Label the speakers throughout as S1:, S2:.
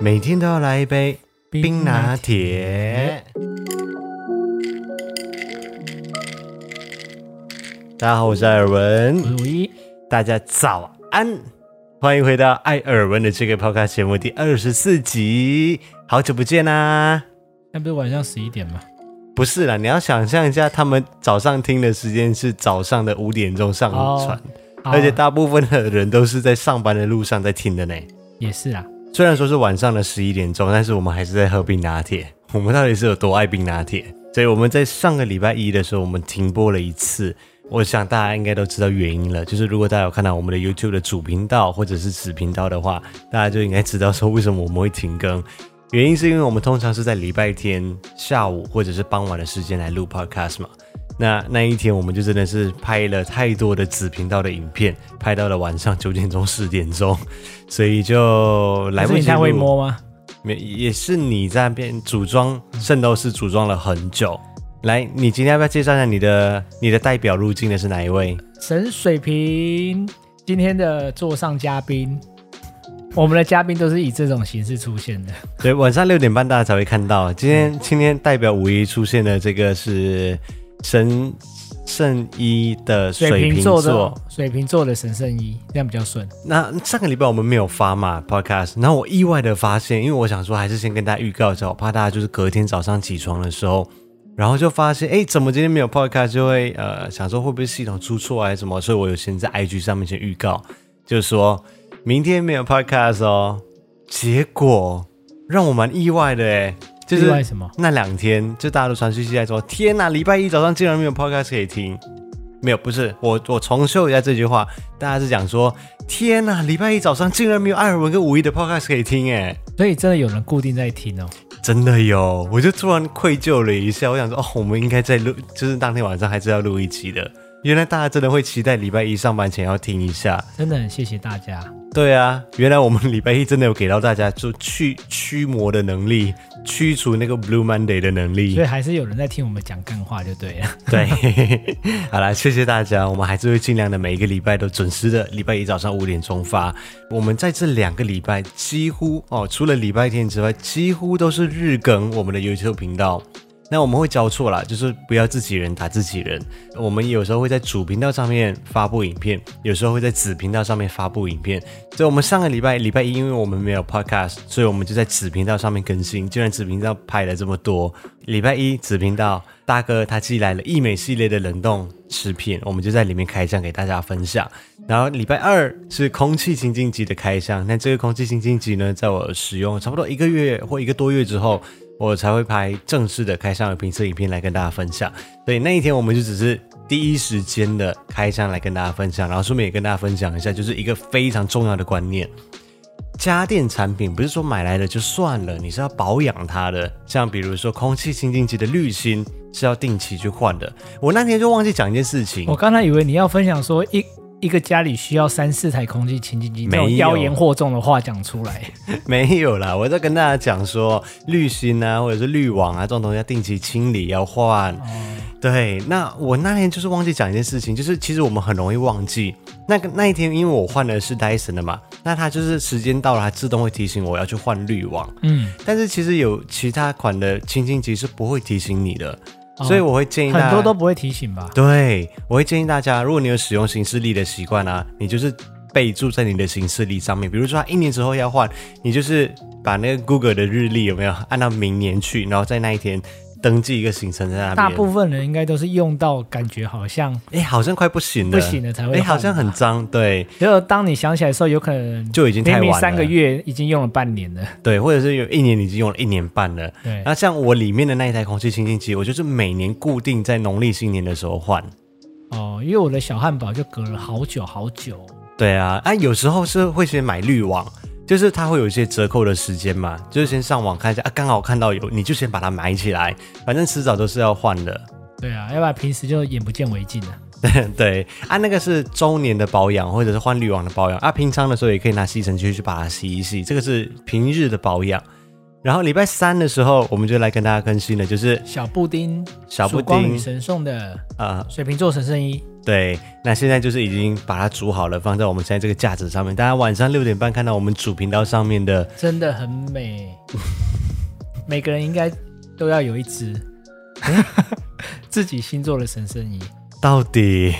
S1: 每天都要来一杯冰拿
S2: 铁。
S1: 铁。大家好，我是艾尔
S2: 我
S1: 文，
S2: 是五一，
S1: 大家早安，欢迎回到艾尔文的这个 podcast 节目第二十四集，好久不见啦、
S2: 那不是晚上十一点吗？
S1: 不是啦，你要想象一下，他们早上听的时间是早上的五点钟上
S2: 哦
S1: 传，
S2: 啊
S1: 而且大部分的人都是在上班的路上在听的呢。
S2: 也是啊啦，
S1: 虽然说是晚上的十一点钟，但是我们还是在喝冰拿铁。我们到底是有多爱冰拿铁？所以我们在上个礼拜一的时候，我们停播了一次。我想大家应该都知道原因了，就是如果大家有看到我们的 YouTube 的主频道或者是子频道的话，大家就应该知道说为什么我们会停更。原因是因为我们通常是在礼拜天下午或者是傍晚的时间来录 Podcast 嘛。那那一天我们就真的是拍了太多的子频道的影片，拍到了晚上九点钟、十点钟，所以就来
S2: 还
S1: 不及
S2: 是你太
S1: 录
S2: 会摸吗？
S1: 没也是你在那边组装圣斗士组装了很久。来，你今天要不要介绍一下你的你的代表入境的是哪一位？
S2: 神水平今天的座上嘉宾，我们的嘉宾都是以这种形式出现的。
S1: 对，晚上六点半大家才会看到。今天今天代表五一出现的这个是神圣一的水
S2: 瓶
S1: 瓶
S2: 座
S1: 座。
S2: 的水瓶座的神圣一，这样比较顺。
S1: 那上个礼拜我们没有发嘛 podcast，然后我意外的发现，因为我想说还是先跟大家预告一下，我怕大家就是隔天早上起床的时候，然后就发现哎，诶怎么今天没有 podcast，就会呃想说会不会系统出错还是什么，所以我有先在 IG 上面先预告，就说明天没有 podcast 哦。结果让我蛮意外的哎，就
S2: 意外
S1: 是
S2: 什么？
S1: 那两天就大家都传讯息来说，天呐，礼拜一早上竟然没有 podcast 可以听。没有，不是我，我重修一下这句话，大家是讲说，天呐，礼拜一早上竟然没有艾尔文跟五一的 podcast 可以听，哎，
S2: 所以真的有人固定在听哦。
S1: 真的有，我就突然愧疚了一下，我想说，哦，我们应该在录，就是当天晚上还是要录一期的。原来大家真的会期待礼拜一上班前要听一下，
S2: 真的很谢谢大家。
S1: 对啊，原来我们礼拜一真的有给到大家就去驱魔的能力，驱除那个 Blue Monday 的能力
S2: 所以。还是有人在听我们讲干话就对了。
S1: 对，好啦，谢谢大家，我们还是会尽量的，每一个礼拜都准时的，礼拜一早上五点钟发。我们在这两个礼拜几乎哦，除了礼拜天之外，几乎都是日更我们的 YouTube 频道。那我们会交错啦，就是不要自己人打自己人。我们有时候会在主频道上面发布影片，有时候会在子频道上面发布影片。所以我们上个礼拜礼拜一，因为我们没有 podcast，所以我们就在子频道上面更新。既然子频道拍了这么多，礼拜一子频道大哥他寄来了易美系列的冷冻食品，我们就在里面开箱给大家分享。然后礼拜二是空气清净机的开箱，那这个空气清净机呢，在我使用差不多一个月或一个多月之后，我才会拍正式的开箱的评测影片来跟大家分享。所以那一天我们就只是第一时间的开箱来跟大家分享，然后顺便也跟大家分享一下，就是一个非常重要的观念。家电产品不是说买来了就算了，你是要保养它的。像比如说空气清净机的滤芯是要定期去换的。我那天就忘记讲一件事情，
S2: 我刚才以为你要分享说一一个家里需要三四台空气清净机，这
S1: 没
S2: 种
S1: 有
S2: 妖言惑众的话讲出来。
S1: 没有啦，我在跟大家讲说，滤芯啊，或者是滤网啊，这种东西要定期清理，要换。
S2: 哦
S1: 对，那我那天就是忘记讲一件事情，就是其实我们很容易忘记。那个那一天，因为我换的是 Dyson 的嘛，那它就是时间到了，它自动会提醒我要去换滤网。
S2: 嗯，
S1: 但是其实有其他款的清净机是不会提醒你的，所以我会建议大家
S2: 哦很多都不会提醒吧？
S1: 对，我会建议大家，如果你有使用行事历的习惯啊，你就是备注在你的行事历上面。比如说，它一年之后要换，你就是把那个 Google 的日历有没有按到明年去，然后在那一天登记一个行程在那边。
S2: 大部分人应该都是用到感觉好像
S1: 哎，好像快不行了，
S2: 不行了才会
S1: 哎，
S2: 换
S1: 好像很脏，对，
S2: 只有当你想起来的时候，有可能
S1: 就已经太
S2: 明
S1: 晚了。
S2: 明三个，月已经用了半年了。
S1: 对，或者是有一年已经用了一年半了。
S2: 对，
S1: 那像我里面的那一台空气清净机，我就是每年固定在农历新年的时候换。
S2: 哦，因为我的小汉堡就隔了好久好久。
S1: 对啊，啊，有时候是会先买滤网，就是它会有一些折扣的时间嘛，就是先上网看一下啊，刚好看到有，你就先把它买起来，反正迟早都是要换的。
S2: 对啊，要不然平时就眼不见为净了。
S1: 对啊，那个是周年的保养，或者是换滤网的保养啊，平常的时候也可以拿吸尘器去把它吸一吸，这个是平日的保养。然后礼拜三的时候，我们就来跟大家更新了，就是
S2: 小布丁，
S1: 小布
S2: 曙光女
S1: 丁
S2: 神送的
S1: 啊、呃
S2: 水瓶座神圣衣，
S1: 对，那现在就是已经把它煮好了，放在我们现在这个架子上面。大家晚上六点半看到我们主频道上面的，
S2: 真的很 美。每个人应该都要有一 只自己星座的神圣仪。
S1: 到底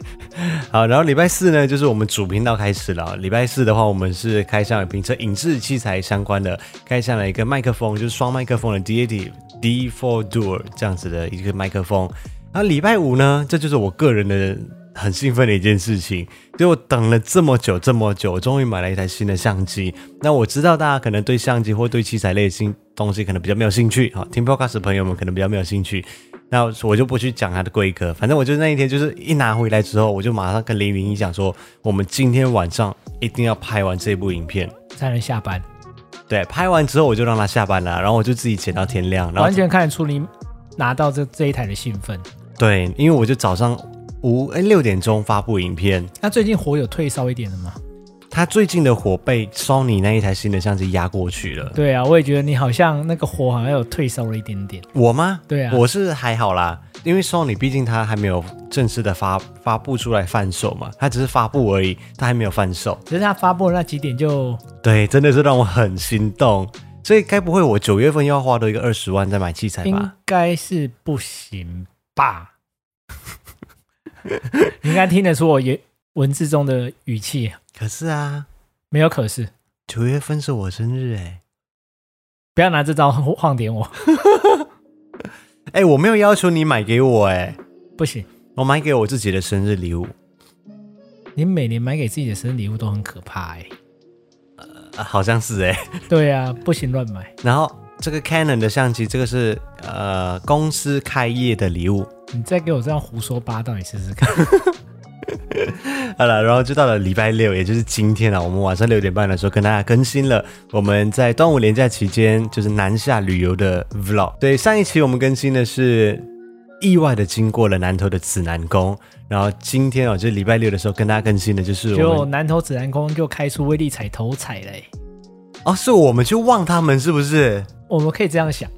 S1: 好，然后礼拜四呢，就是我们主频道开始了。礼拜四的话，我们是开箱了评测影视器材相关的，开箱了一个麦克风，就是双麦克风的 D8 D Four Dual 这样子的一个麦克风。然后礼拜五呢，这就是我个人的很兴奋的一件事情，就我等了这么久这么久，我终于买了一台新的相机。那我知道大家可能对相机或对器材类的新东西可能比较没有兴趣，哈，听 podcast 的朋友们可能比较没有兴趣。那我就不去讲它的规格，反正我就那一天就是一拿回来之后，我就马上跟林云一讲说，我们今天晚上一定要拍完这部影片。
S2: 才能下班，
S1: 对，拍完之后我就让他下班了，然后我就自己剪到天亮，然后
S2: 完全看得出你拿到这这一台的兴奋。
S1: 对，因为我就早上五哎六点钟发布影片，
S2: 那最近火有退烧一点了吗？
S1: 他最近的火被 Sony 那一台新的相机压过去了。
S2: 对啊，我也觉得你好像那个火好像有退烧了一点点。
S1: 我吗？
S2: 对啊
S1: 我是还好啦，因为 Sony 毕竟它还没有正式的发发布出来贩售嘛，它只是发布而已，它还没有贩售。
S2: 只是他发布的那几点就
S1: 对，真的是让我很心动。所以该不会我九月份又要花多一个二十万再买器材
S2: 应
S1: 吧？
S2: 该是不行吧？ 你应该听得出我言文字中的语气，
S1: 可是啊，
S2: 没有可是，
S1: 九月份是我生日哎、
S2: 不要拿这招晃点我，
S1: 欸、哎、我没有要求你买给我哎、
S2: 不行。
S1: 我买给我自己的生日礼物、
S2: 你每年买给自己的生日礼物都很可怕哎、
S1: 啊好像是哎、
S2: 对啊，不行乱买。
S1: 然后这个 Canon 的相机，这个是呃公司开业的礼物。
S2: 你再给我这样胡说八道，你试试看。
S1: 好了，然后就到了礼拜六，也就是今天了。我们晚上六点半的时候跟大家更新了我们在端午连假期间就是南下旅游的 vlog。对，上一期我们更新的是意外的经过了南投的指南宫，然后今天哦，就是礼拜六的时候跟大家更新的就是我
S2: 就
S1: 们
S2: 南投指南宫就开出威力彩头彩嘞、
S1: 哦，是我们去望他们是不是？
S2: 我们可以这样想，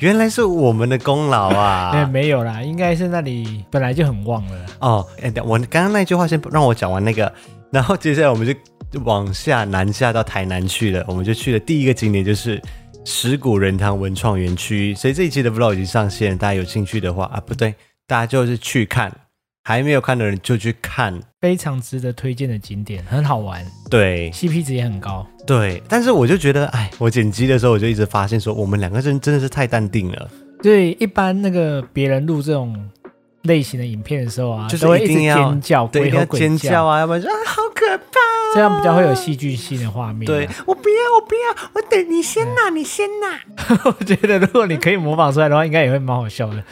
S1: 原来是我们的功劳
S2: 哎、
S1: 啊！
S2: 没有啦，应该是那里本来就很旺了啦。
S1: 哦，哎，等我刚刚那句话先让我讲完那个，然后接下来我们就往下南下到台南去了，我们就去的第一个景点就是石鼓仁堂文创园区，所以这一期的 vlog 已经上线，大家有兴趣的话啊，不对，大家就是去看，还没有看的人就去看，
S2: 非常值得推荐的景点，很好玩
S1: 对
S2: ，CP 值也很高。
S1: 对，但是我就觉得，哎，我剪辑的时候我就一直发现说，我们两个人真的是太淡定了，
S2: 对，一般那个别人录这种类型的影片的时候啊，
S1: 就是
S2: 都会一直
S1: 一定要
S2: 尖叫，
S1: 对，一
S2: 鬼
S1: 定
S2: 吼
S1: 要
S2: 鬼
S1: 尖叫啊，要不然就啊好可怕。哦
S2: 这样比较会有戏剧性的画面、啊
S1: 对，我不要，我不要，我等你先呐、你先呐、
S2: 我觉得如果你可以模仿出来的话，应该也会蛮好笑的。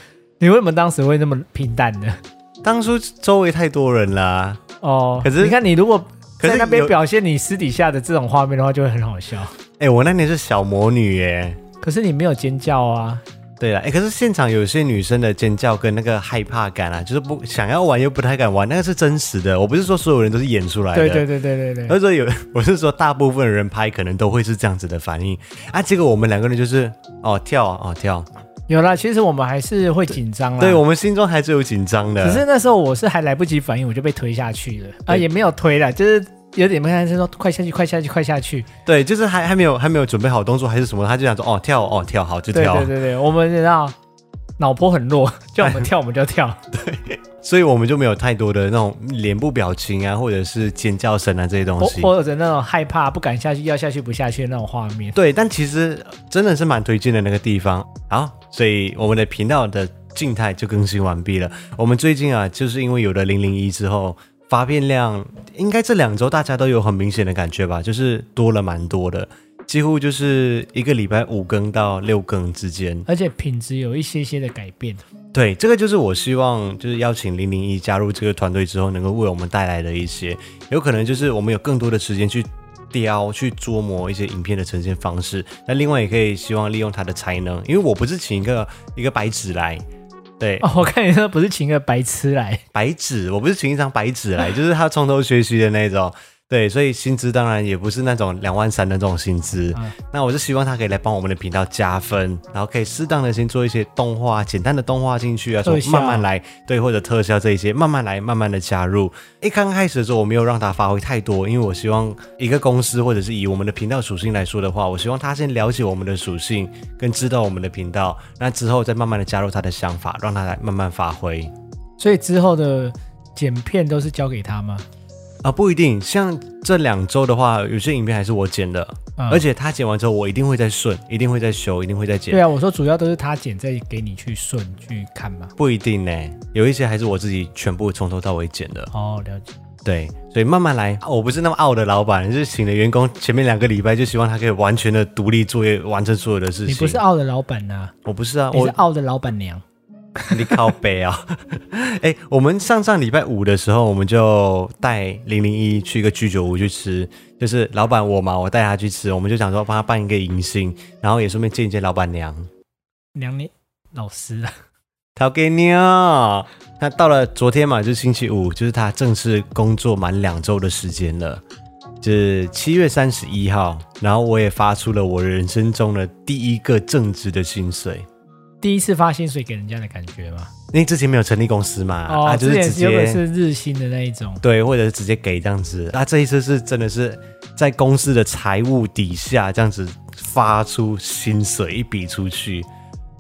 S2: 你为什么当时会那么平淡呢？
S1: 当初周围太多人啦，
S2: 哦，
S1: 可是
S2: 你看你如果
S1: 可是
S2: 在那边
S1: 有
S2: 表现你私底下的这种画面的话，就会很好笑。
S1: 哎、我那年是小魔女耶。
S2: 可是你没有尖叫啊，
S1: 对了，哎、可是现场有些女生的尖叫跟那个害怕感啊，就是不想要玩又不太敢玩，那个是真实的。我不是说所有人都是演出来的，
S2: 对对对对对
S1: 而
S2: 对，
S1: 是说有， 我是说大部分人拍可能都会是这样子的反应啊。结果我们两个人就是哦跳啊哦跳，
S2: 有啦。其实我们还是会紧张啦，
S1: 对我们心中还是有紧张的。
S2: 只是那时候我是还来不及反应，我就被推下去了啊，
S1: 对
S2: 也没有推了，就是有点没看是说快下去，快下去，快下去。
S1: 对，就是还还没有还没有准备好动作还是什么，他就想说哦跳哦跳好 就
S2: 对
S1: 跳，
S2: 对对对，我们知道脑波 很弱，叫我们跳我们就跳。
S1: 所以我们就没有太多的那种脸部表情啊，或者是尖叫声啊这些东
S2: 我
S1: 西。
S2: 我有着那种害怕、不敢下去、要下去不下去的那种画面。
S1: 对，但其实呃真的是蛮推荐的那个地方。好，所以我们的频道的静态就更新完毕了。我们最近啊，就是因为有了零零一之后，发片量应该这两周大家都有很明显的感觉吧，就是多了蛮多的，几乎就是一个礼拜五更到六更之间。
S2: 而且品质有一些些的改变，
S1: 对，这个就是我希望，就是邀请零零一加入这个团队之后，能够为我们带来的一些，有可能就是我们有更多的时间去雕、去琢磨一些影片的呈现方式。那另外也可以希望利用他的才能，因为我不是请一个一个白纸来，对，
S2: 哦，我看你说不是请个白痴来，
S1: 白纸，我不是请一张白纸来，就是他从头学习的那种。对，所以薪资当然也不是那种两万三的这种薪资。
S2: 嗯
S1: 那我是希望他可以来帮我们的频道加分，然后可以适当的先做一些动画，简单的动画进去啊，说
S2: 特效
S1: 慢慢来，对，或者特效这一些，慢慢来，慢慢的加入。一刚开始的时候，我没有让他发挥太多，因为我希望一个公司或者是以我们的频道属性来说的话，我希望他先了解我们的属性，跟知道我们的频道，那之后再慢慢的加入他的想法，让他来慢慢发挥。
S2: 所以之后的剪片都是交给他吗？
S1: 啊，不一定。像这两周的话，有些影片还是我剪的，
S2: 嗯
S1: 而且他剪完之后，我一定会再顺，一定会再修，一定会再剪。
S2: 对啊，我说主要都是他剪，再给你去顺去看嘛。
S1: 不一定呢，有一些还是我自己全部从头到尾剪的。
S2: 哦，了解。
S1: 对，所以慢慢来。啊我不是那么傲的老板，就是请了员工前面两个礼拜，就希望他可以完全的独立作业，完成所有的事情。
S2: 你不是傲的老板呐、
S1: 我不是啊，
S2: 你是
S1: 我
S2: 傲的老板娘。
S1: 你靠北啊！ 哎、我们上上礼拜五的时候，我们就带零零一去一个居酒屋去吃，就是老板我嘛，我带他去吃，我们就想说帮他办一个迎新，然后也顺便见一见老板娘。
S2: 娘你老师啊，
S1: 陶给你哦，那到了昨天嘛，就是星期五，就是他正式工作满两周的时间了，就是七月三十一号，然后我也发出了我人生中的第一个正职的薪水。
S2: 第一次发薪水给人家的感觉嘛。
S1: 因为之前没有成立公司嘛，
S2: 哦，
S1: 啊，就是
S2: 之
S1: 直
S2: 前
S1: 接
S2: 原本是日薪的那一种。
S1: 对，或者是直接给这样子。那这一次是真的是在公司的财务底下这样子发出薪水一笔出去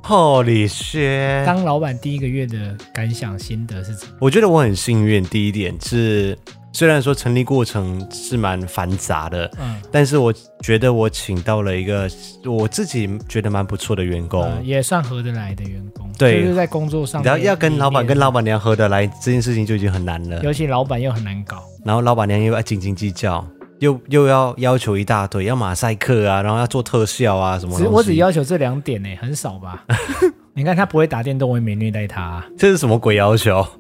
S1: ，Holy shit！
S2: 当老板第一个月的感想心得是怎么？
S1: 我觉得我很幸运。第一点是，虽然说成立过程是蛮繁杂的，
S2: 嗯，
S1: 但是我觉得我请到了一个我自己觉得蛮不错的员工。
S2: 呃也算合得来的员工。
S1: 对
S2: 就是在工作上
S1: 你
S2: 面，
S1: 知道要跟老板跟
S2: 老，
S1: 老板娘合得来这件事情就已经很难了，
S2: 尤其老板又很难搞。
S1: 然后老板娘又要斤斤计较，又又要要求一大堆，要马赛克啊，然后要做特效啊什么东
S2: 只
S1: 西。
S2: 我只要求这两点呢、很少 吧？你看他不会打电动，我也没虐待他啊、
S1: 这是什么鬼要求？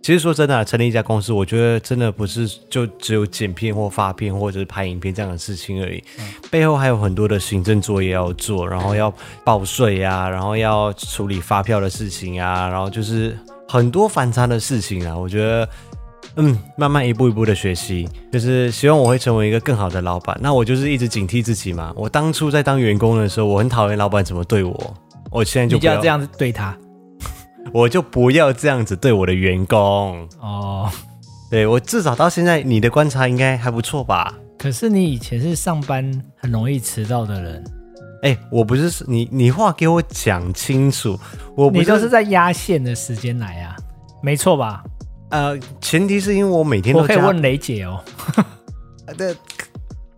S1: 其实说真的啊、成立一家公司，我觉得真的不是就只有剪片或发片或者是拍影片这样的事情而已，
S2: 嗯
S1: 背后还有很多的行政作业要做，然后要报税啊，然后要处理发票的事情啊，然后就是很多繁杂的事情啊。我觉得，嗯，慢慢一步一步的学习，就是希望我会成为一个更好的老板。那我就是一直警惕自己嘛。我当初在当员工的时候，我很讨厌老板怎么对我，我现在就
S2: 你
S1: 不
S2: 就
S1: 要
S2: 要这样子对他
S1: 我就不要这样子对我的员工。
S2: 哦。
S1: 对我至少到现在，你的观察应该还不错吧？
S2: 可是你以前是上班很容易迟到的人，
S1: 哎、我不是你，你话给我讲清楚。我不
S2: 你都是在压线的时间来啊，没错吧？
S1: 呃，前提是因为我每天
S2: 我
S1: 都
S2: 可以
S1: 加，
S2: 问雷姐哦，
S1: 呃对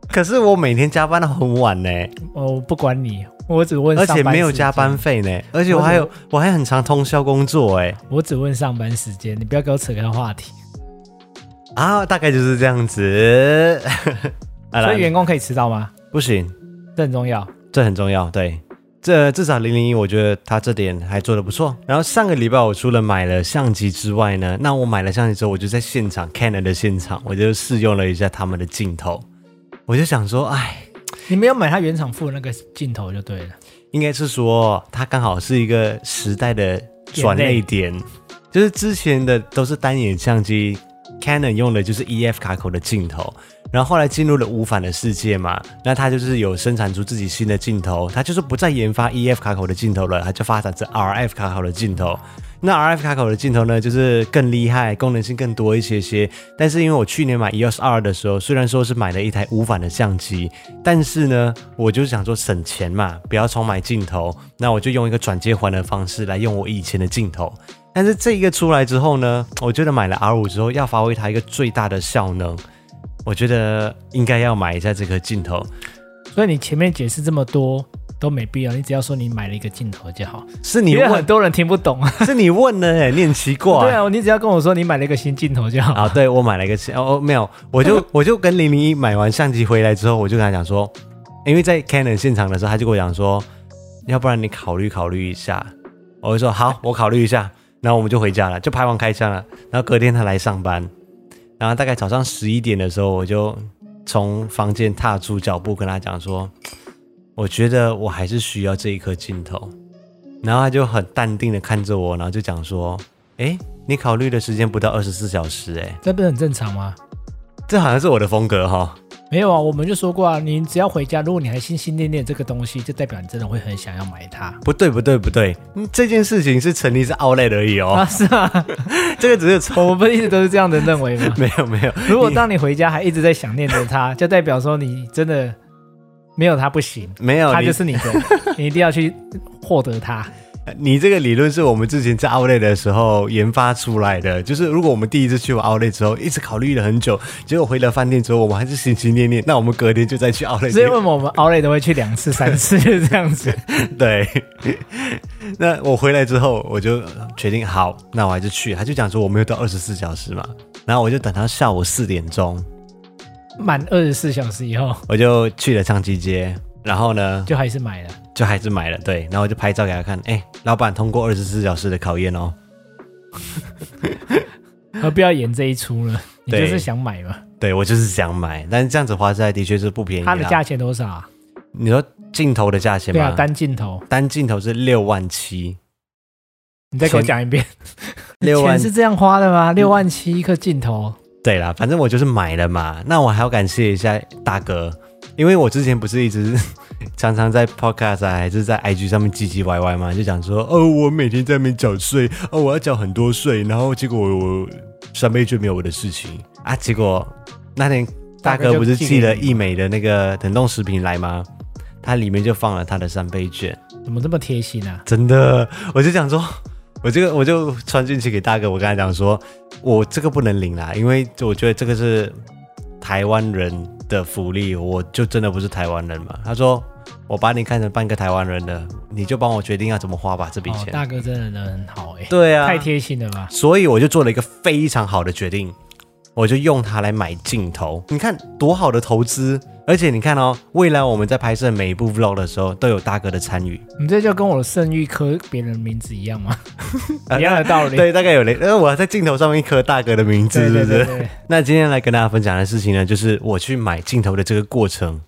S1: 可是我每天加班到很晚呢，
S2: 哦我不管你，我只问
S1: 而
S2: 上班
S1: 且没有
S2: 时间
S1: 加班，费呢，而且我
S2: 我
S1: 还有我还很常通宵工作哎
S2: 我只问上班时间，你不要给我扯开话题。
S1: 啊，大概就是这样子。 啊
S2: 所
S1: 来
S2: 以员工可以迟到吗？
S1: 不行，
S2: 这很重要。
S1: 这很重要，对。这至少零零一，我觉得他这点还做得不错。然后上个礼拜我除了买了相机之外呢，那我买了相机之后，我就在现场 Canon 的现场，我就试用了一下他们的镜头，我就想说，哎，
S2: 你没有买他原厂附的那个镜头就对了。
S1: 应该是说它刚好是一个时代的转捩点，就是之前的都是单眼相机，Canon 用的就是 EF 卡口的镜头，然后后来进入了无反的世界嘛，那它就是有生产出自己新的镜头，它就是不再研发 EF 卡口的镜头了，它就发展成 RF 卡口的镜头。那 RF 卡口的镜头呢，就是更厉害，功能性更多一些些。但是因为我去年买 EOS R 的时候，虽然说是买了一台无反的相机，但是呢，我就是想说省钱嘛，不要重买镜头，那我就用一个转接环的方式来用我以前的镜头。但是这一个出来之后呢，我觉得买了 R 五之后要发挥它一个最大的效能，我觉得应该要买一下这个镜头。
S2: 所以你前面解释这么多都没必要，你只要说你买了一个镜头就好。
S1: 是
S2: 因
S1: 你
S2: 为很
S1: 问，
S2: 多人听 不懂啊。
S1: 是你问的哎，你很奇怪。
S2: 对啊，你只要跟我说你买了一个新镜头就好。
S1: 啊，对我买了一个相哦哦，没有，我就我就跟零零一买完相机回来之后，我就跟他讲说，因为在 Canon 现场的时候，他就跟我讲说，要不然你考虑考虑一下。我就说好，我考虑一下。然后我们就回家了，就拍完开箱了。然后隔天他来上班，然后大概早上十一点的时候，我就从房间踏出脚步，跟他讲说，我觉得我还是需要这一颗镜头。然后他就很淡定的看着我，然后就讲说，诶，你考虑的时间不到二十四小时、诶。欸
S2: 这不是很正常吗？
S1: 这好像是我的风格哈、
S2: 没有啊，我们就说过啊，你只要回家，如果你还心心念念这个东西，就代表你真的会很想要买它
S1: 不对，不对，不对，嗯这件事情是成立是 outlet 而已哦，
S2: 啊。是啊，
S1: 这个只是抽，？
S2: 我们不是一直都是这样的认为吗
S1: 没有没有，
S2: 如果当你回家还一直在想念着它，就代表说你真的没有它不行，
S1: 没有，
S2: 它
S1: 你
S2: 就是你 的，你一定要去获得它。
S1: 你这个理论是我们之前在 Outlet 的时候研发出来的，就是如果我们第一次去完 Outlet 之后，一直考虑了很久，结果回了饭店之后，我们还是心心念念，那我们隔天就再去 Outlet
S2: 所以为什么我们熬累都会去两次、三次，就是这样 子。
S1: 对，那我回来之后，我就决定好，那我还是去。他就讲说我没有到二十四小时嘛，然后我就等他下午四点钟，
S2: 满二十四小时以后，
S1: 我就去了唱机街，然后呢
S2: 就还是买了。
S1: 就还是买了，对，然后我就拍照给他看，哎，老板通过二十四小时的考验哦。
S2: 何必要演这一出呢？你
S1: 对
S2: 就是想买嘛。
S1: 对，我就是想买，但是这样子花下来的确是不便宜啦。
S2: 它的价钱多少啊？
S1: 你说镜头的价钱
S2: 对
S1: 吗？
S2: 啊，单镜头。
S1: 单镜头是六万七，
S2: 你再给我
S1: 钱
S2: 讲一遍，
S1: 六
S2: 钱
S1: 万
S2: 是这样花的吗？六万七一颗镜头，
S1: 对啦，反正我就是买了嘛。那我还要感谢一下大哥，因为我之前不是一直 常常在 podcast 啊，还是在 IG 上面唧唧歪歪嘛，就讲说哦，我每天在那边缴税，哦，我要缴很多税，然后结果我我三倍券没有我的事情啊，结果那天大
S2: 大哥
S1: 哥
S2: 就
S1: 不是
S2: 寄
S1: 寄
S2: 给
S1: 了
S2: 你
S1: 一美的那个冷冻食品来吗？它里面就放了他的三倍券。
S2: 怎么这么贴心啊？
S1: 真的，我就想说，我这个我就传进去给大哥，我跟他讲说，我这个不能领啦，因为我觉得这个是台湾人的福利，我就真的不是台湾人嘛。他说，我把你看成半个台湾人了，你就帮我决定要怎么花吧这笔
S2: 哦，
S1: 钱。
S2: 大哥真的人很好哎、
S1: 对啊
S2: 太，贴心了吧？
S1: 所以我就做了一个非常好的决定，我就用它来买镜头。你看多好的投资，而且你看哦，未来我们在拍摄每一部 vlog 的时候，都有大哥的参与。
S2: 你这就跟我的圣域刻别人名字一 样吗？一样的道
S1: 啊
S2: 理。
S1: 对，大概有雷。呃，我在镜头上面刻大哥的名字，
S2: 对
S1: 是不
S2: 对
S1: 是？
S2: 对对，
S1: 那今天来跟大家分享的事情呢，就是我去买镜头的这个过程，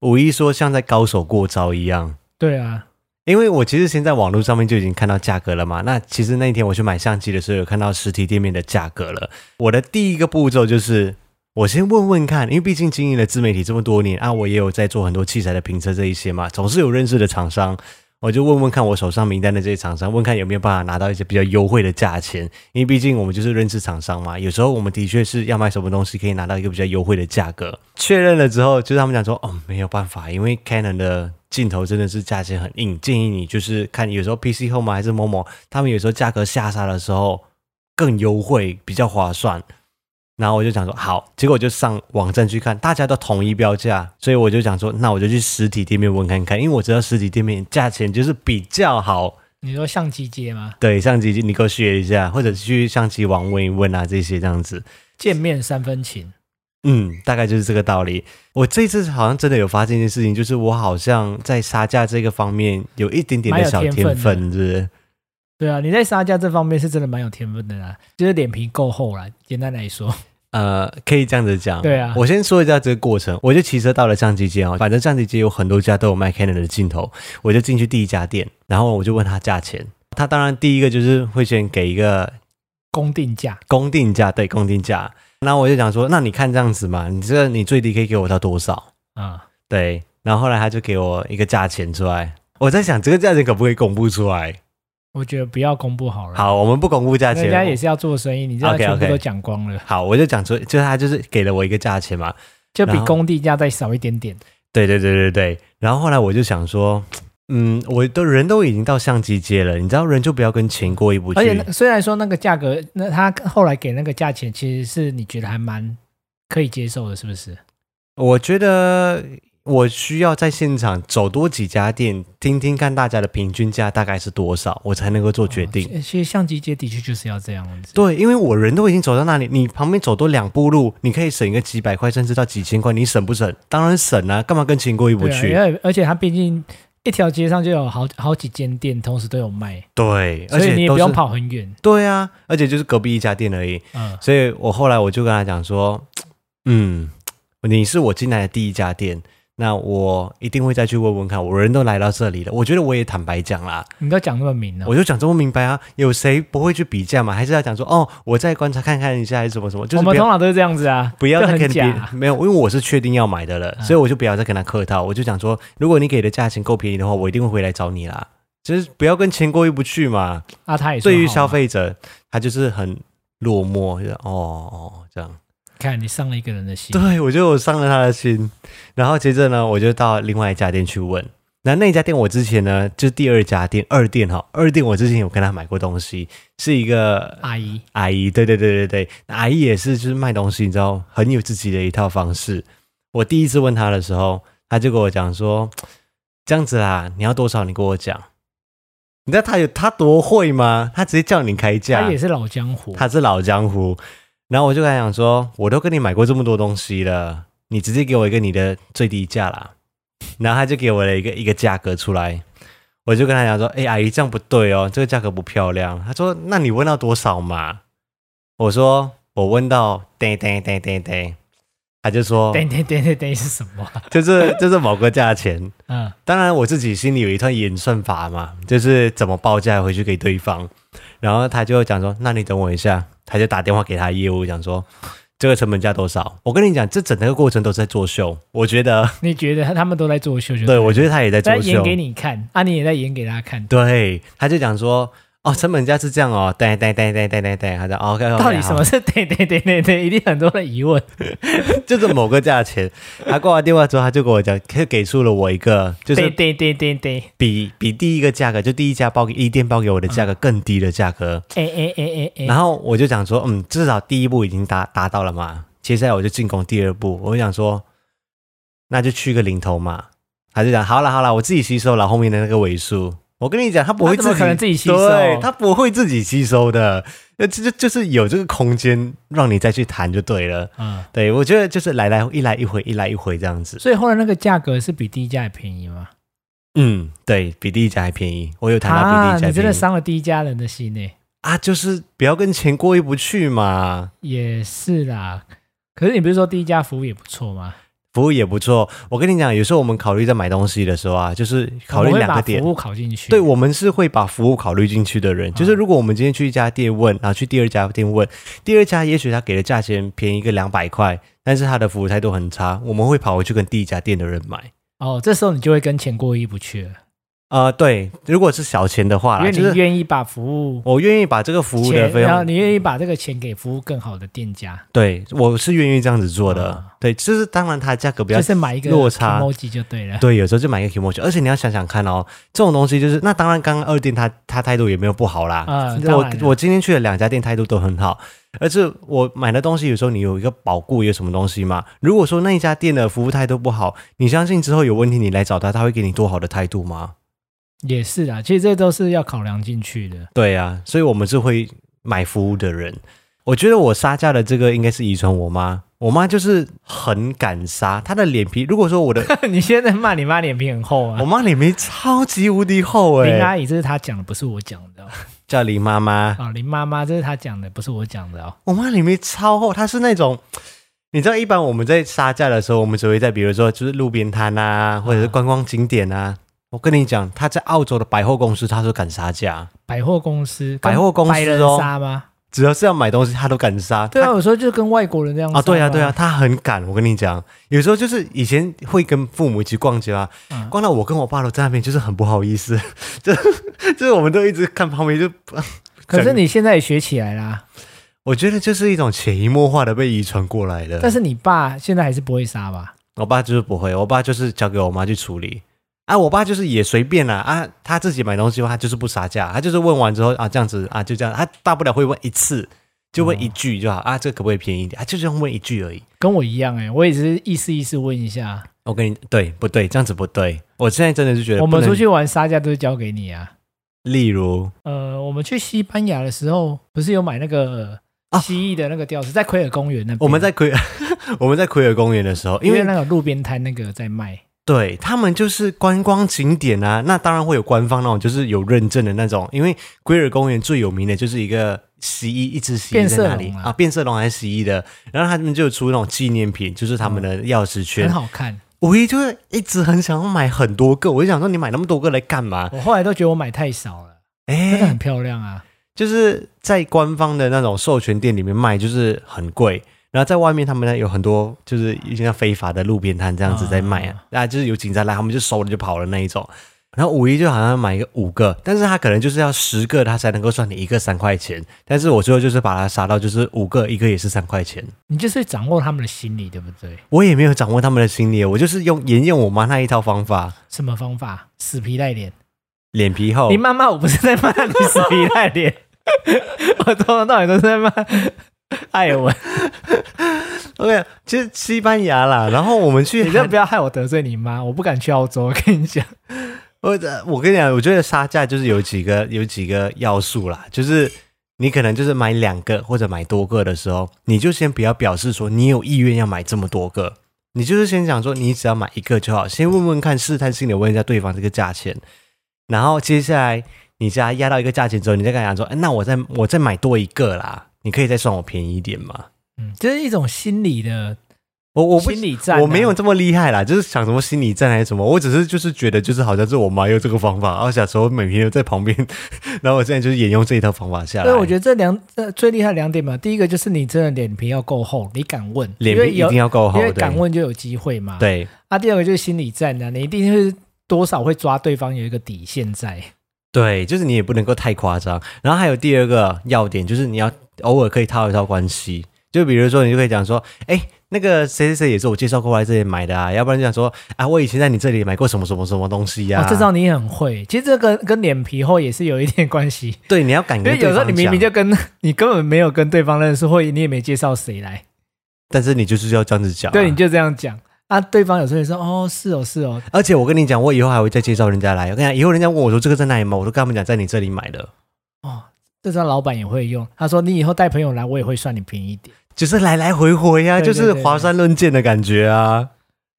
S1: 无疑说像在高手过招一样。
S2: 对啊，
S1: 因为我其实先在网络上面就已经看到价格了嘛，那其实那一天我去买相机的时候，有看到实体店面的价格了。我的第一个步骤就是，我先问问看，因为毕竟经营了自媒体这么多年啊，我也有在做很多器材的评测这一些嘛，总是有认识的厂商，我就问问看我手上名单的这些厂商，问看有没有办法拿到一些比较优惠的价钱，因为毕竟我们就是认识厂商嘛，有时候我们的确是要买什么东西可以拿到一个比较优惠的价格。确认了之后，就是他们讲说，哦，没有办法，因为 Canon 的镜头真的是价钱很硬，建议你就是看有时候 PC Home 啊还是某某，他们有时候价格下杀的时候更优惠，比较划算。然后我就想说好，结果我就上网站去看，大家都统一标价，所以我就想说，那我就去实体店面问看看，因为我知道实体店面价钱就是比较好。
S2: 你说相机街吗？
S1: 对，相机你给我学一下，或者去相机网问一问啊，这些这样子。
S2: 见面三分情，
S1: 嗯，大概就是这个道理。我这次好像真的有发现一件事情，就是我好像在杀价这个方面有一点点的小天
S2: 蛮有天
S1: 分，是不是？
S2: 对啊，你在杀价这方面是真的蛮有天分的啦，就是脸皮够厚啦。简单来说，
S1: 呃，可以这样子讲。
S2: 对啊
S1: 我先说一下这个过程。我就骑车到了相机街哦，反正相机街有很多家都有卖 Canon 的镜头，我就进去第一家店，然后我就问他价钱。他当然第一个就是会先给一个
S2: 公定价，
S1: 公定价，对，公定价。那我就讲说，那你看这样子嘛，你这个你最低可以给我到多少？
S2: 啊、
S1: 对，然后后来他就给我一个价钱出来。我在想这个价钱可不可以公布出来？
S2: 我觉得不要公布好了。，
S1: 好，我们不公布价钱，
S2: 人家也是要做生意，你这样
S1: OK，OK
S2: 全部都讲光了，
S1: 好，我就讲出，就是他就是给了我一个价钱嘛。
S2: 就比
S1: 然后
S2: 工地价再少一点点。
S1: 对对对对对。然后后来我就想说，嗯，我都人都已经到相机街了，你知道人就不要跟钱过意不去。
S2: 而且那虽然说那个价格，那他后来给那个价钱，其实是你觉得还蛮可以接受的，是不是？
S1: 我觉得我需要在现场走多几家店，听听看大家的平均价大概是多少，我才能够做决定。
S2: 哦其实相机街的确就是要这样子。
S1: 对，因为我人都已经走到那里，你旁边走多两步路，你可以省一个几百块，甚至到几千块，你省不省？当然省啊，干嘛跟钱过意不
S2: 对啊，
S1: 去？
S2: 因为而且它毕竟一条街上就有好好几间店，同时都有卖，
S1: 对，而
S2: 所以
S1: 且
S2: 你也
S1: 都
S2: 不用
S1: 是。
S2: 跑很远。
S1: 对啊，而且就是隔壁一家店而已。
S2: 嗯，
S1: 所嗯以我后来我就跟他讲说，嗯，你是我进来的第一家店，那我一定会再去问问看。我人都来到这里了，我觉得我也坦白讲啦，
S2: 你都讲那么明了、
S1: 我就讲这么明白啊，有谁不会去比价嘛？还是要讲说哦，我再观察看看一下，还是什么什么，就
S2: 我
S1: 是不
S2: 们通
S1: 要
S2: 常都是这样子啊，
S1: 不要
S2: 就
S1: 再
S2: 很
S1: 跟别
S2: 假、嗯
S1: 没有，因为我是确定要买的了，所以我就不要再跟他客套，我就讲说，如果你给的价钱够便宜的话，我一定会回来找你啦。就是不要跟钱过意不去嘛。
S2: 啊，他也说
S1: 对于
S2: 好啊
S1: 消，费者，他就是很落寞，就是哦哦这样。
S2: 看你伤了一个人的心，
S1: 对，啊我觉得我伤了他的心。然后接着呢，我就到另外一家店去问。那那家店我之前呢，就是第二家店二店哈，二店我之前有跟他买过东西，是一个
S2: 阿姨，
S1: 阿姨，对对对对对，那阿姨也是就是卖东西，你知道很有自己的一套方式。我第一次问她的时候，她就跟我讲说：“这样子啦，你要多少你跟我讲。”你知道她有她多会吗？她直接叫你开价，
S2: 他也是老江湖，
S1: 他是老江湖。然后我就跟他讲说，我都跟你买过这么多东西了，你直接给我一个你的最低价啦。然后他就给我了一个一个价格出来，我就跟他讲说，哎、阿姨这样不对哦，这个价格不漂亮。他说，那你问到多少嘛？我说我问到噔噔噔噔噔，他就说
S2: 等等等等等是什 么啊？
S1: 就是就是某个价钱。
S2: 嗯，
S1: 当然，我自己心里有一套演算法嘛，就是怎么报价回去给对方。然后他就讲说：“那你等我一下。”他就打电话给他业务，讲说：“这个成本价多少？”我跟你讲，这整个过程都是在作秀。我觉得，
S2: 你觉得他们都在作秀就
S1: 对我觉得他也在
S2: 在
S1: 作
S2: 演
S1: 秀。
S2: 给你看，啊，你也在演给他看，
S1: 对，他就讲说：“哦，成本价是这样哦，对对对对对对对。”他讲哦：“OK，, o k
S2: 到底什么是等等等等等？一定很多的疑问。
S1: 就是某个价钱。他挂完电话之后，他就跟我讲，他就给出了我一个，就是
S2: 对对对对对，
S1: 比比第一个价格，就第一家包给一店包给我的价
S2: 嗯
S1: 格更低的价格。
S2: 哎哎哎哎哎，
S1: 然后我就想说，嗯，至少第一步已经达达到了嘛，接下来我就进攻第二步。我就想说，那就去个零头嘛。他就讲，好了好了，我自己吸收了后面的那个尾数。我跟你讲，他不会
S2: 他
S1: 自
S2: 怎
S1: 己
S2: 么可能自己吸收
S1: 对他不会自己吸收的。那这就就是有这个空间让你再去谈就对了。
S2: 嗯，
S1: 对我觉得就是来来一来一回，一来一回这样子。
S2: 所以后来那个价格是比第一家还便宜吗？
S1: 嗯，对比第一家还便宜，我有谈到比第
S2: 啊，
S1: 一家还
S2: 你真
S1: 便宜
S2: 的伤了第一家人的心呢、
S1: 啊，就是不要跟钱过意不去嘛。
S2: 也是啦。可是你不是说第一家服务也不错吗？
S1: 服务也不错。我跟你讲，有时候我们考虑在买东西的时候啊，就是考虑
S2: 我们会
S1: 两
S2: 把
S1: 个点
S2: 服。务考进去。啊
S1: 对，我们是会把服务考虑进去的人。就是如果我们今天去一家店问，然后去第二家店问，第二家也许他给的价钱便宜个两百块，但是他的服务态度很差，我们会跑回去跟第一家店的人买。
S2: 哦，这时候你就会跟钱过意不去了，
S1: 呃，对，如果是小钱的话
S2: 因
S1: 啦，
S2: 为
S1: 就
S2: 你
S1: 是
S2: 愿意把服务
S1: 我愿意把这个服务的
S2: 钱，
S1: 费
S2: 然后
S1: 用，
S2: 你愿意把这个钱给服务更好的店家，
S1: 对我是愿意这样子做的。
S2: 啊
S1: 对，就是当然它的价格比较
S2: 就是买一个
S1: 落差
S2: emoji 就对了。
S1: 对，有时候就买一个 k i m o j i 而且你要想想看哦，这种东西就是，那当然，刚刚二店他他态度也没有不好啦。
S2: 嗯当
S1: 我
S2: 然了
S1: 我今天去了两家店，态度都很好，而且我买的东西有时候你有一个保固，有什么东西嘛？如果说那一家店的服务态度不好，你相信之后有问题你来找他，他会给你多好的态度吗？
S2: 也是啦，其实这都是要考量进去 的。
S1: 对啊，所以我们是会买服务的人。我觉得我杀价的这个应该是遗传我妈，我妈就是很敢杀，她的脸皮。如果说我的
S2: 你现在骂你妈脸皮很厚啊
S1: 我！妈脸皮超级无敌厚哎、
S2: 林阿姨这是她讲的，不是我讲的哦。
S1: 叫林妈妈。
S2: 啊，林妈妈这是她讲的，不是我讲的哦。
S1: 我妈里面超厚，她是那种，你知道，一般我们在杀价的时候，我们只会在比如说就是路边摊啊，或者是观光景点啊。我跟你讲，她在澳洲的百货公司，她都敢杀价，
S2: 百货公司，
S1: 百货公司哦
S2: 白人杀吗？
S1: 只要是要买东西，她都敢杀。
S2: 对啊，
S1: 她
S2: 我说就跟外国人这样
S1: 啊，对啊，
S2: 杀吗
S1: 对啊，，她很敢。我跟你讲，有时候就是以前会跟父母一起逛街啊，
S2: 嗯
S1: 逛到我跟我爸都在那边，就是很不好意思， 就就是我们都一直看旁边就，
S2: 可是你现在也学起来啦，
S1: 我觉得就是一种潜移默化的被遗传过来的。
S2: 但是你爸现在还是不会杀吧？
S1: 我爸就是不会，我爸就是交给我妈去处理。啊，我爸就是也随便啦、啊，他自己买东西的话，他就是不杀价，他就是问完之后啊，这样子啊，就这样，他大不了会问一次，就问
S2: 嗯
S1: 一句就好、啊，这个可不可以便宜一点？啊，就这样问一句而已。
S2: 跟我一样哎、我也只是意思意思问一下。
S1: 我跟你对不对？这样子不对。我现在真的是觉得
S2: 我们
S1: 不能
S2: 出，去玩杀价都是交给你啊。
S1: 例如
S2: 呃，我们去西班牙的时候，不是有买那个
S1: 啊
S2: 蜥蜴的那个吊饰，在奎尔公园那边。
S1: 我们在奎 我们在奎尔公园的时候，因
S2: 因
S1: 为
S2: 为那个路边摊那个在卖，
S1: 对他们就是观光景点啊，那当然会有官方那种就是有认证的那种，因为龟尔公园最有名的就是一个蜥蜴，一只蜥蜴
S2: 变
S1: 在
S2: 色
S1: 那里
S2: 龙啊
S1: 啊，变色龙还是蜥蜴的，然后他们就有出那种纪念品，就是他们的钥匙圈
S2: 嗯很，好看。
S1: 五一就是一直很想要买很多个，我就想说你买那么多个来干嘛？
S2: 我后来都觉得我买太 少了，真的
S1: 哎
S2: 很，漂亮啊。
S1: 就是在官方的那种授权店里面卖，就是很贵。然后在外面，他们呢有很多就是一些像非法的路边摊这样子在卖啊，啊，就是有警察来，他们就收了就跑了那一种。然后五一就好像买一个五个，但是他可能就是要十个，他才能够算你一个三块钱。但是我最后就是把它杀到就是五个，一个也是三块钱。
S2: 你就是掌握他们的心理，对不对？
S1: 我也没有掌握他们的心理，我就是用沿用我妈那一套方法，
S2: 什么方法？死皮赖脸。
S1: 脸皮厚
S2: 你。骂骂我不是在骂你死皮赖脸， 我从头到尾都是 在骂艾尔文。
S1: OK，就是西班牙啦。然后我们去
S2: 你真的
S1: 韩，
S2: 不要害我得罪你妈，我不敢去澳洲。我跟你讲，
S1: 我呃我跟你讲，我觉得杀价就是有几个有几个要素啦，就是你可能就是买两个或者买多个的时候，你就先不要表示说你有意愿要买这么多个，你就是先讲说你只要买一个就好，先问问看，试探性的问一下对方这个价钱，然后接下来你家压到一个价钱之后，你再跟他讲说，哎，那我再我再买多一个啦，你可以再算我便宜一点嘛。
S2: 嗯，这是一种心理的
S1: 我我不
S2: 心理战啊、
S1: 我没有这么厉害啦，就是想什么心理战还是什么，我只是就是觉得就是好像是我妈用这个方法，然后小时候每天都在旁边，然后我现在就是沿用这一套方法下来。
S2: 对，我觉得这两这最厉害的两点嘛，第一个就是你真的脸皮要够厚，你敢问，
S1: 脸
S2: 因为
S1: 皮一定
S2: 有
S1: 要够厚，
S2: 因为
S1: 对
S2: 敢问就有机会嘛。。
S1: 对
S2: 啊，第二个就是心理战啊，你一定是多少会抓对方有一个底线在。
S1: 对，就是你也不能够太夸张。然后还有第二个要点就是你要偶尔可以套一套关系，就比如说你就可以讲说，哎。那个谁谁谁也是我介绍过来这里买的啊，要不然就讲说啊，我以前在你这里买过什么什么什么东西啊呀、
S2: 哦，这招你很会，其实这个跟脸皮厚也是有一点关系，
S1: 对，你要敢
S2: 因
S1: 跟
S2: 为有时候你
S1: 对方
S2: 明明
S1: 讲
S2: 就跟 你根本没有跟对方认识，或你也没介绍谁来，
S1: 但是你就是要这样子讲啊、
S2: 对，你就这样讲啊，对方有时候也说哦是哦是哦，
S1: 而且我跟你讲，我以后还会再介绍人家来。我跟你讲，以后人家问我说这个在哪里买，我都跟他们讲在你这里买的，
S2: 哦，这招老板也会用，他说你以后带朋友来，我也会算你便宜一点
S1: 就是来来回回呀、啊，
S2: 对对
S1: 就是华山论剑的感觉啊。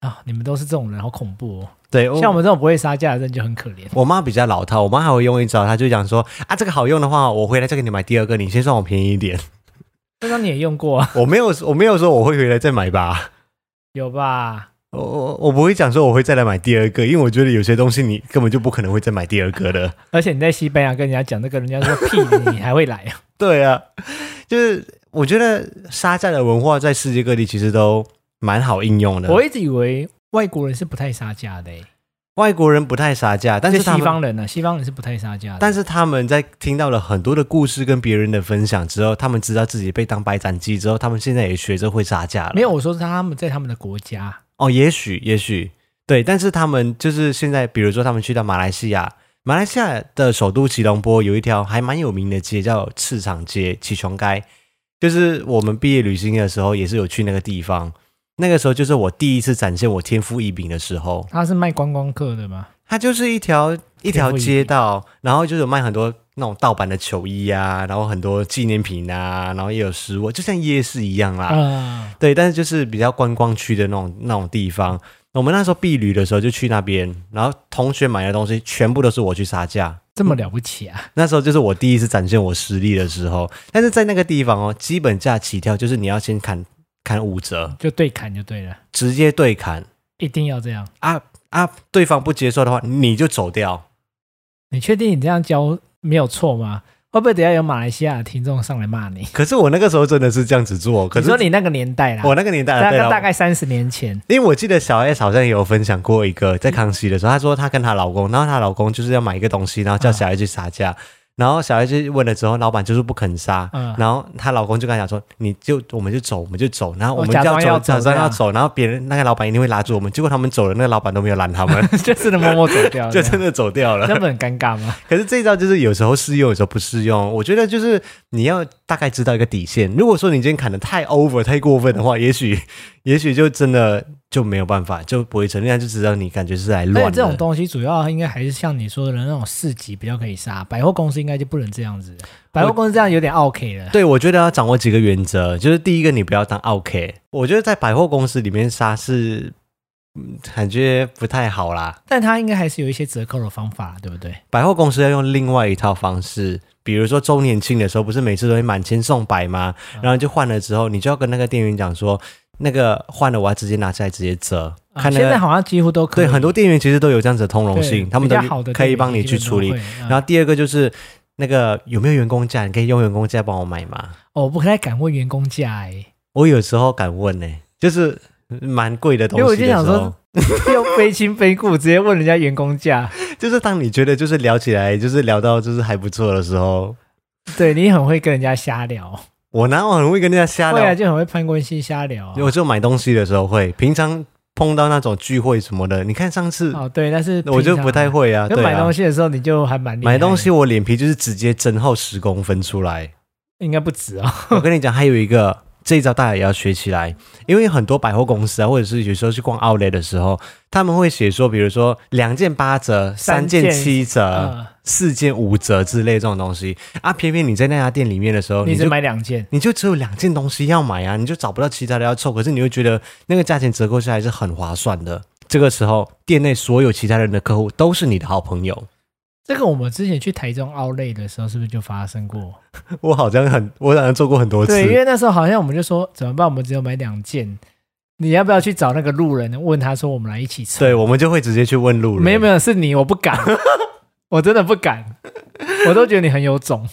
S2: 啊，你们都是这种人，好恐怖哦，
S1: 对，
S2: 像我们这种不会杀价的人就很可怜。
S1: 我妈比较老套，我妈还会用一招，她就讲说啊，这个好用的话，我回来再给你买第二个，你先算我便宜一点。
S2: 这招你也用过、啊，
S1: 我没有，我没有说我会回来再买吧。
S2: 有吧？
S1: 我我我不会讲说我会再来买第二个，因为我觉得有些东西你根本就不可能会再买第二个的。
S2: 而且你在西班牙跟人家讲这个，人家说屁，你还 会来啊？
S1: 对啊，就是我觉得杀价的文化在世界各地其实都蛮好应用的。
S2: 我一直以为外国人是不太杀价的、欸，
S1: 外国人不太杀价，但是
S2: 就
S1: 他
S2: 西
S1: 们，
S2: 方人呢、啊西方人是不太杀价的。
S1: 但是他们在听到了很多的故事跟别人的分享之后，他们知道自己被当白斩鸡之后，他们现在也学着会杀价了。
S2: 没有，我说是他们在他们的国家，
S1: 哦，也许也许对，但是他们就是现在，比如说他们去到马来西亚，马来西亚的首都吉隆坡有一条还蛮有名的街叫市场街——起床街，就是我们毕业旅行的时候也是有去那个地方。那个时候就是我第一次展现我天赋异禀的时候，
S2: 他是卖观光客的嘛。
S1: 它就是一条一条街道，然后就是有卖很多那种盗版的球衣啊，然后很多纪念品啊，然后也有食物，就像夜市一样啦。
S2: 啊，
S1: 对，但是就是比较观光区的那种那种地方。我们那时候避旅的时候就去那边，然后同学买的东西全部都是我去杀价。
S2: 这么了不起啊！
S1: 那时候就是我第一次展现我实力的时候，但是在那个地方哦，基本价起跳就是你要先砍砍五折，
S2: 就对砍就对了，
S1: 直接对砍
S2: 一定要这样。
S1: 啊啊！对方不接受的话，你就走掉。
S2: 你确定你这样教没有错吗？会不会等一下有马来西亚的听众上来骂你？
S1: 可是我那个时候真的是这样子做，可
S2: 你
S1: 是
S2: 说你那个年代啦，
S1: 我那个年代
S2: 大
S1: 啊对
S2: 概
S1: 了，
S2: 大概三十年前，
S1: 因为我记得小 S 好像也有分享过一个，在康熙的时候，她说她跟她老公，然后她老公就是要买一个东西，然后
S2: 嗯
S1: 叫小 S 去杀价，然后小 S 去问了之后，老板就是不肯杀，
S2: 嗯
S1: 然后她老公就跟她讲说，你就我们就走，我们就走，然后我们
S2: 哦假
S1: 要
S2: 装
S1: 走，假装
S2: 要走这
S1: 要
S2: 样
S1: 走，然后别人那个老板一定会拉住我们，结果他们走了，那个老板都没有拦 他们，
S2: 就真的默默走掉，
S1: 就
S2: 这
S1: 真
S2: 样
S1: 的走掉了。
S2: 那不很尴尬吗？
S1: 可是这一招就是有时候适用，有时候不适用。我觉得就是你要大概知道一个底线。如果说你今天砍的太 over、太过分的话，也许 也许就真的就没有办法，就不会成。人家就知道你感觉是来
S2: 而 且
S1: 乱
S2: 这种
S1: 的。
S2: 东西主要应该还是像你说的那种市集比较可以杀，百货公司应该就不能这样子，百货公司这样有点 OK 了。
S1: 对，我觉得要掌握几个原则，就是第一个，你不要当 OK。我觉得在百货公司里面杀是，嗯感觉不太好啦。
S2: 但它应该还是有一些折扣的方法，对不对？
S1: 百货公司要用另外一套方式，比如说
S2: 嗯
S1: 周年庆的时候，不是每次都会满千送百吗？然后就换了之后，你就要跟那个店员讲说，那个换了我要直接拿下来直接折，
S2: 啊
S1: 看那
S2: 现在
S1: 个。
S2: 好像几乎都可以，
S1: 对，很多店员其实都有这样子的通融
S2: 对
S1: 性，他们
S2: 比
S1: 都
S2: 较好的
S1: 可以
S2: 店
S1: 帮你
S2: 基
S1: 去
S2: 本
S1: 处
S2: 都
S1: 理
S2: 会。啊
S1: 然后第二个就是那个有没有员工价，你可以用员工价帮我买吗？
S2: 哦，我不太敢问员工价哎，
S1: 我有时候敢问呢、欸就是蛮贵的东
S2: 因为我
S1: 西
S2: 就
S1: 的时
S2: 想
S1: 候
S2: 说，，又非亲非故，直接问人家员工价，
S1: 就是当你觉得就是聊起来，就是聊到就是还不错的时候，
S2: 对你很会跟人家瞎聊，
S1: 我哪有很会跟人家瞎
S2: 会啊，
S1: 聊？
S2: 就很会攀关系瞎聊啊、
S1: 我只有买东西的时候会，平常碰到那种聚会什么的，你看上次
S2: 哦，对，但是
S1: 我就
S2: 平常
S1: 不太。会啊。
S2: 跟
S1: 对
S2: 买
S1: 啊
S2: 东，西的时候，你就还蛮厉害
S1: 买
S2: 的
S1: 东西我脸皮就是直接增厚十公分出 来。
S2: 应该不止哦。
S1: 我跟你讲，还有一个这一招大家也要学起来，因为很多百货公司啊，或者是有时候去逛 Outlet 的时候，他们会写说，比如说两件八折、三件
S2: 件
S1: 七折、
S2: 嗯
S1: 四件五折之类这种东西啊。偏偏你在那家店里面的时候，
S2: 你
S1: 你
S2: 只
S1: 就
S2: 买两件，
S1: 你就只有两件东西要买啊，你就找不到其他的要凑，可是你会觉得那个价钱折扣下来是很划算的。这个时候，店内所有其他人的客户都是你的好朋友。
S2: 这个我们之前去台中奥莱的时候，是不是就发生过？
S1: 我好像很，我好像做过很多次。
S2: 对，因为那时候好像我们就说怎么办，我们只有买两件，你要不要去找那个路人问他说我们来一起吃？
S1: 对我们就会直接去问路人。
S2: 没有没有，是你，我不敢， 我真的不敢， 我都觉得你很有种。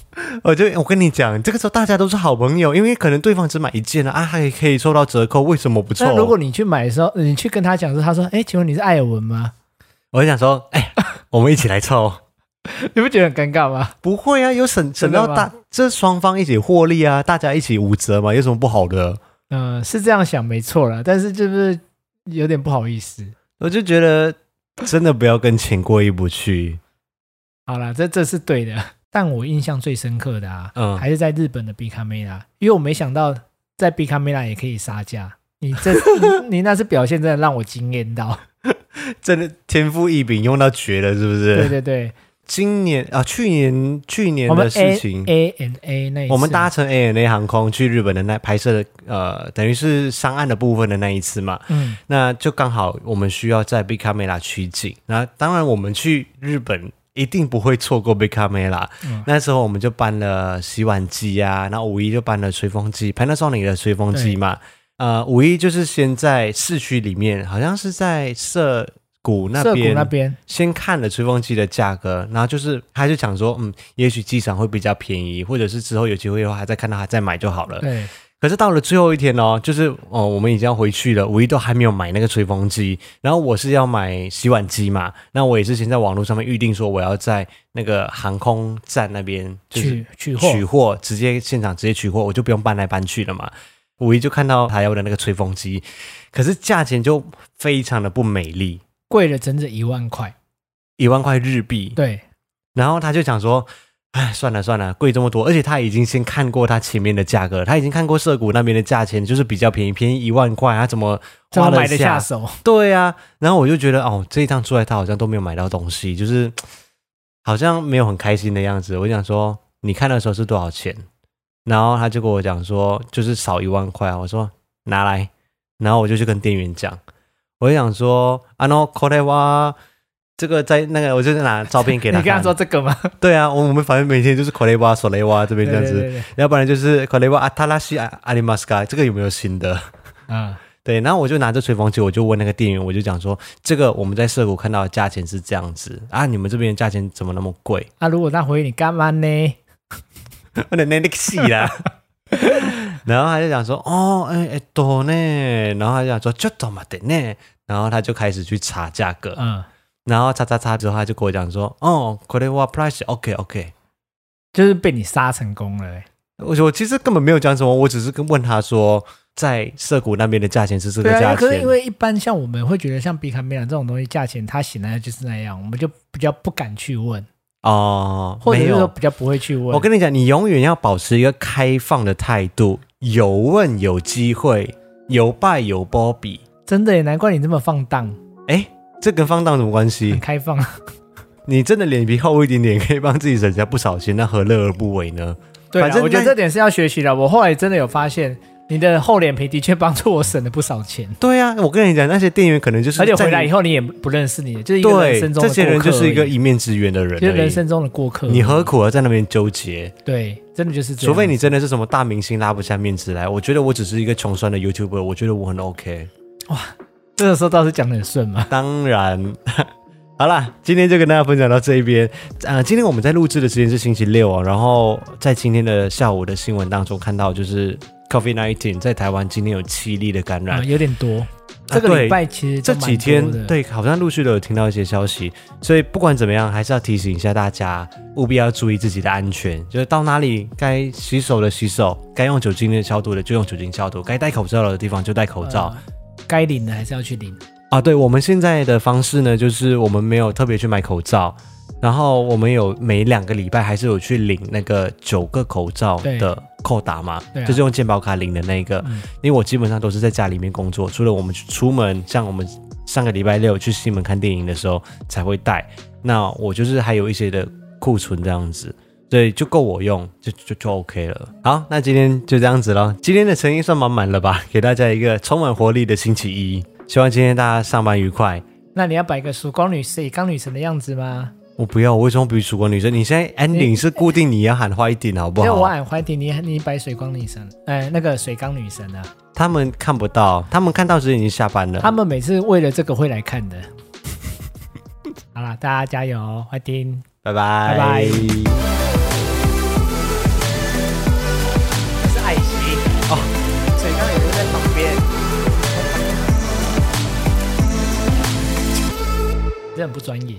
S1: 我哦就我跟你讲，这个时候大家都是好朋友，因为可能对方只买一件啊，啊还可以抽到折扣，为什么不抽？
S2: 那如果你去买的时候，你去跟他讲说，他说，哎，请问你是艾尔文吗？
S1: 我就想说， 哎、我们一起来抽，
S2: 你不觉得很尴尬吗？
S1: 不会啊，有省省
S2: 真的
S1: 到
S2: 吗
S1: 大，这双方一起获利啊，大家一起五折嘛，有什么不好的？
S2: 嗯、是这样想没错啦，但是就是有点不好意思。
S1: 我就觉得真的不要跟钱过意不去。
S2: 好啦，这这是对的，但我印象最深刻的啊，
S1: 嗯
S2: 还是在日本的 B 卡梅拉，因为我没想到在 B 卡梅拉也可以杀价。你这 你你那次表现真的让我惊艳到，
S1: 真的天赋异禀，用到绝了，是不是？
S2: 对对对，
S1: 今年啊，去年去年
S2: 我们
S1: 的事
S2: A
S1: 情，
S2: A N A 那一次
S1: 我们搭乘 ANA 航空去日本的那拍摄的呃，等于是上岸的部分的那一次嘛，
S2: 嗯
S1: 那就刚好我们需要在 Big Camera 取景。那当然，我们去日本一定不会错过 Big Camera、
S2: 嗯
S1: 那时候我们就搬了洗碗机啊，然后五一就搬了吹风机，Panasonic 的吹风机嘛。呃，五一就是先在市区里面，好像是在涩谷那
S2: 涩谷
S1: 边，
S2: 那边
S1: 先看了吹风机的价格，然后就是他就想说，嗯，也许机场会比较便宜，或者是之后有机会的话，再看到他再买就好了。
S2: 对，
S1: 可是到了最后一天哦，就是哦，我们已经要回去了，五一都还没有买那个吹风机，然后我是要买洗碗机嘛，那我也是先在网络上面预定说我要在那个航空站那边就是
S2: 取取货
S1: 取货，直接现场直接取货，我就不用搬来搬去了嘛。五一就看到他要的那个吹风机，可是价钱就非常的不美丽，
S2: 贵了整整一万块，
S1: 一万块日币，
S2: 对，
S1: 然后他就想说，哎，算了算了，贵这么多，而且他已经先看过他前面的价格，他已经看过涩谷那边的价钱，就是比较便宜，便宜一万块，他怎么
S2: 怎
S1: 花
S2: 么
S1: 得
S2: 买得下手？
S1: 对啊，然后我就觉得，哦，这一趟出来他好像都没有买到东西，就是好像没有很开心的样子。我就想说，你看的时候是多少钱？然后他就跟我讲说，就是少一万块啊。我说拿来，然后我就去跟店员讲，我就想说，啊，no，これは这个在那个，我就拿照片给
S2: 你
S1: 他看。
S2: 跟他说这个吗？
S1: 对啊，我我们反正每天就是 k o l e w a s o l e w a 这边
S2: 对
S1: 这样
S2: 对
S1: 子，
S2: 对对，
S1: 要不然就是 k o l e w a atalashi alimaska 这个有没有新的？
S2: 啊，
S1: 对，然后我就拿着吹风机，我就问那个店员，我就讲说，这个我们在涩谷看到的价钱是这样子啊，你们这边的价钱怎么那么贵？
S2: 啊，如果他回你干嘛呢？
S1: 我的那个戏啦。 然后他就讲说，哦，哎、哎，多呢，然后他就讲说，就多嘛的呢，然后他就开始去查价格，
S2: 嗯，
S1: 然后查查查之后，他就跟我讲说，哦 k o l e w a price OK OK，
S2: 就是被你杀成功了、欸。
S1: 我我其实根本没有讲什么，我只是跟问他说，在涩谷那边的价钱是这个
S2: 对
S1: 价
S2: 啊，可是
S1: 钱
S2: 因。为一般像我们会觉得像比卡梅兰这种东西，价钱它显然就是那样，我们就比较不敢去问，
S1: 哦，
S2: 或者
S1: 没
S2: 是说
S1: 有。
S2: 比较不会去问。
S1: 我跟你讲，你永远要保持一个开放的态度，有问有机会，有败有波比。
S2: 真的也难怪你这么放荡，
S1: 哎，这跟放荡什么关
S2: 很
S1: 系？
S2: 开放。
S1: 你真的脸皮厚一点点，可以帮自己省下不少钱，那何乐而不为呢？
S2: 对啊
S1: 反正，
S2: 我觉得
S1: 那
S2: 这点是要学习的。我后来真的有发现，你的厚脸皮的确帮助我省了不少钱，
S1: 对啊，我跟你讲，那些店员可能就是
S2: 而且
S1: 在
S2: 回来
S1: 你
S2: 以后你也不认识你，就是一个人
S1: 对
S2: 生中
S1: 这
S2: 的
S1: 些人
S2: 过客
S1: 就是一个
S2: 而已
S1: 一面之缘的人
S2: 就是
S1: 而
S2: 人
S1: 已。
S2: 生中的过客而已。
S1: 你何苦要在那边纠结？
S2: 对，真的就是这
S1: 除
S2: 样。
S1: 非你真的是什么大明星拉不下面子来，我觉得我只是一个穷酸的 YouTuber，我觉得我很 OK。
S2: 这个时候倒是讲的很顺嘛。
S1: 当然。 好啦，今天就跟大家分享到这一边。呃，今天我们在录制的时间是星期六啊，然后在今天的下午的新闻当中看到，就是 COVID nineteen 在台湾今天有七例的感染啊
S2: 啊、，有点多。这个礼拜其实
S1: 这
S2: 欸都蛮
S1: 几
S2: 多
S1: 天
S2: 的，
S1: 对，好像陆续都有听到一些消息，所以不管怎么样，还是要提醒一下大家，务必要注意自己的安全。就是到哪里该洗手的洗手，该用酒精的消毒的就用酒精消毒，该戴口罩的地方就戴口罩。
S2: 呃该领的还是要去领。
S1: 啊，对我们现在的方式呢，就是我们没有特别去买口罩，然后我们有每两个礼拜还是有去领那个九个口罩
S2: 对
S1: 的呃扣打嘛，
S2: 对啊
S1: 就是用健保卡领的那个。
S2: 嗯
S1: 因为我基本上都是在家里面工作，除了我们去出门，像我们上个礼拜六去西门看电影的时候才会带。那我就是还有一些的库存这样子。对，就够我用，就就就 OK 了。好，那今天就这样子咯。今天的诚意算满满了吧？ 给大家一个充满活力的星期一，希望今天大家上班愉快。
S2: 那你要摆个曙光女水缸女神的样子吗？
S1: 我不要，我为什么不是曙光女生？你现在 ending 是固定，你要喊坏一点好不
S2: 因为哎我
S1: 好？
S2: 喊怀迪，你你摆水光女神，哎，那个水缸女神啊，
S1: 他们看不到，他们看到时已经下班了。
S2: 他们每次为了这个会来看的。 好啦，大家加油哦，怀迪。
S1: 拜拜
S2: 拜拜这是爱心哦，水缸女神在旁边。真的很不专业。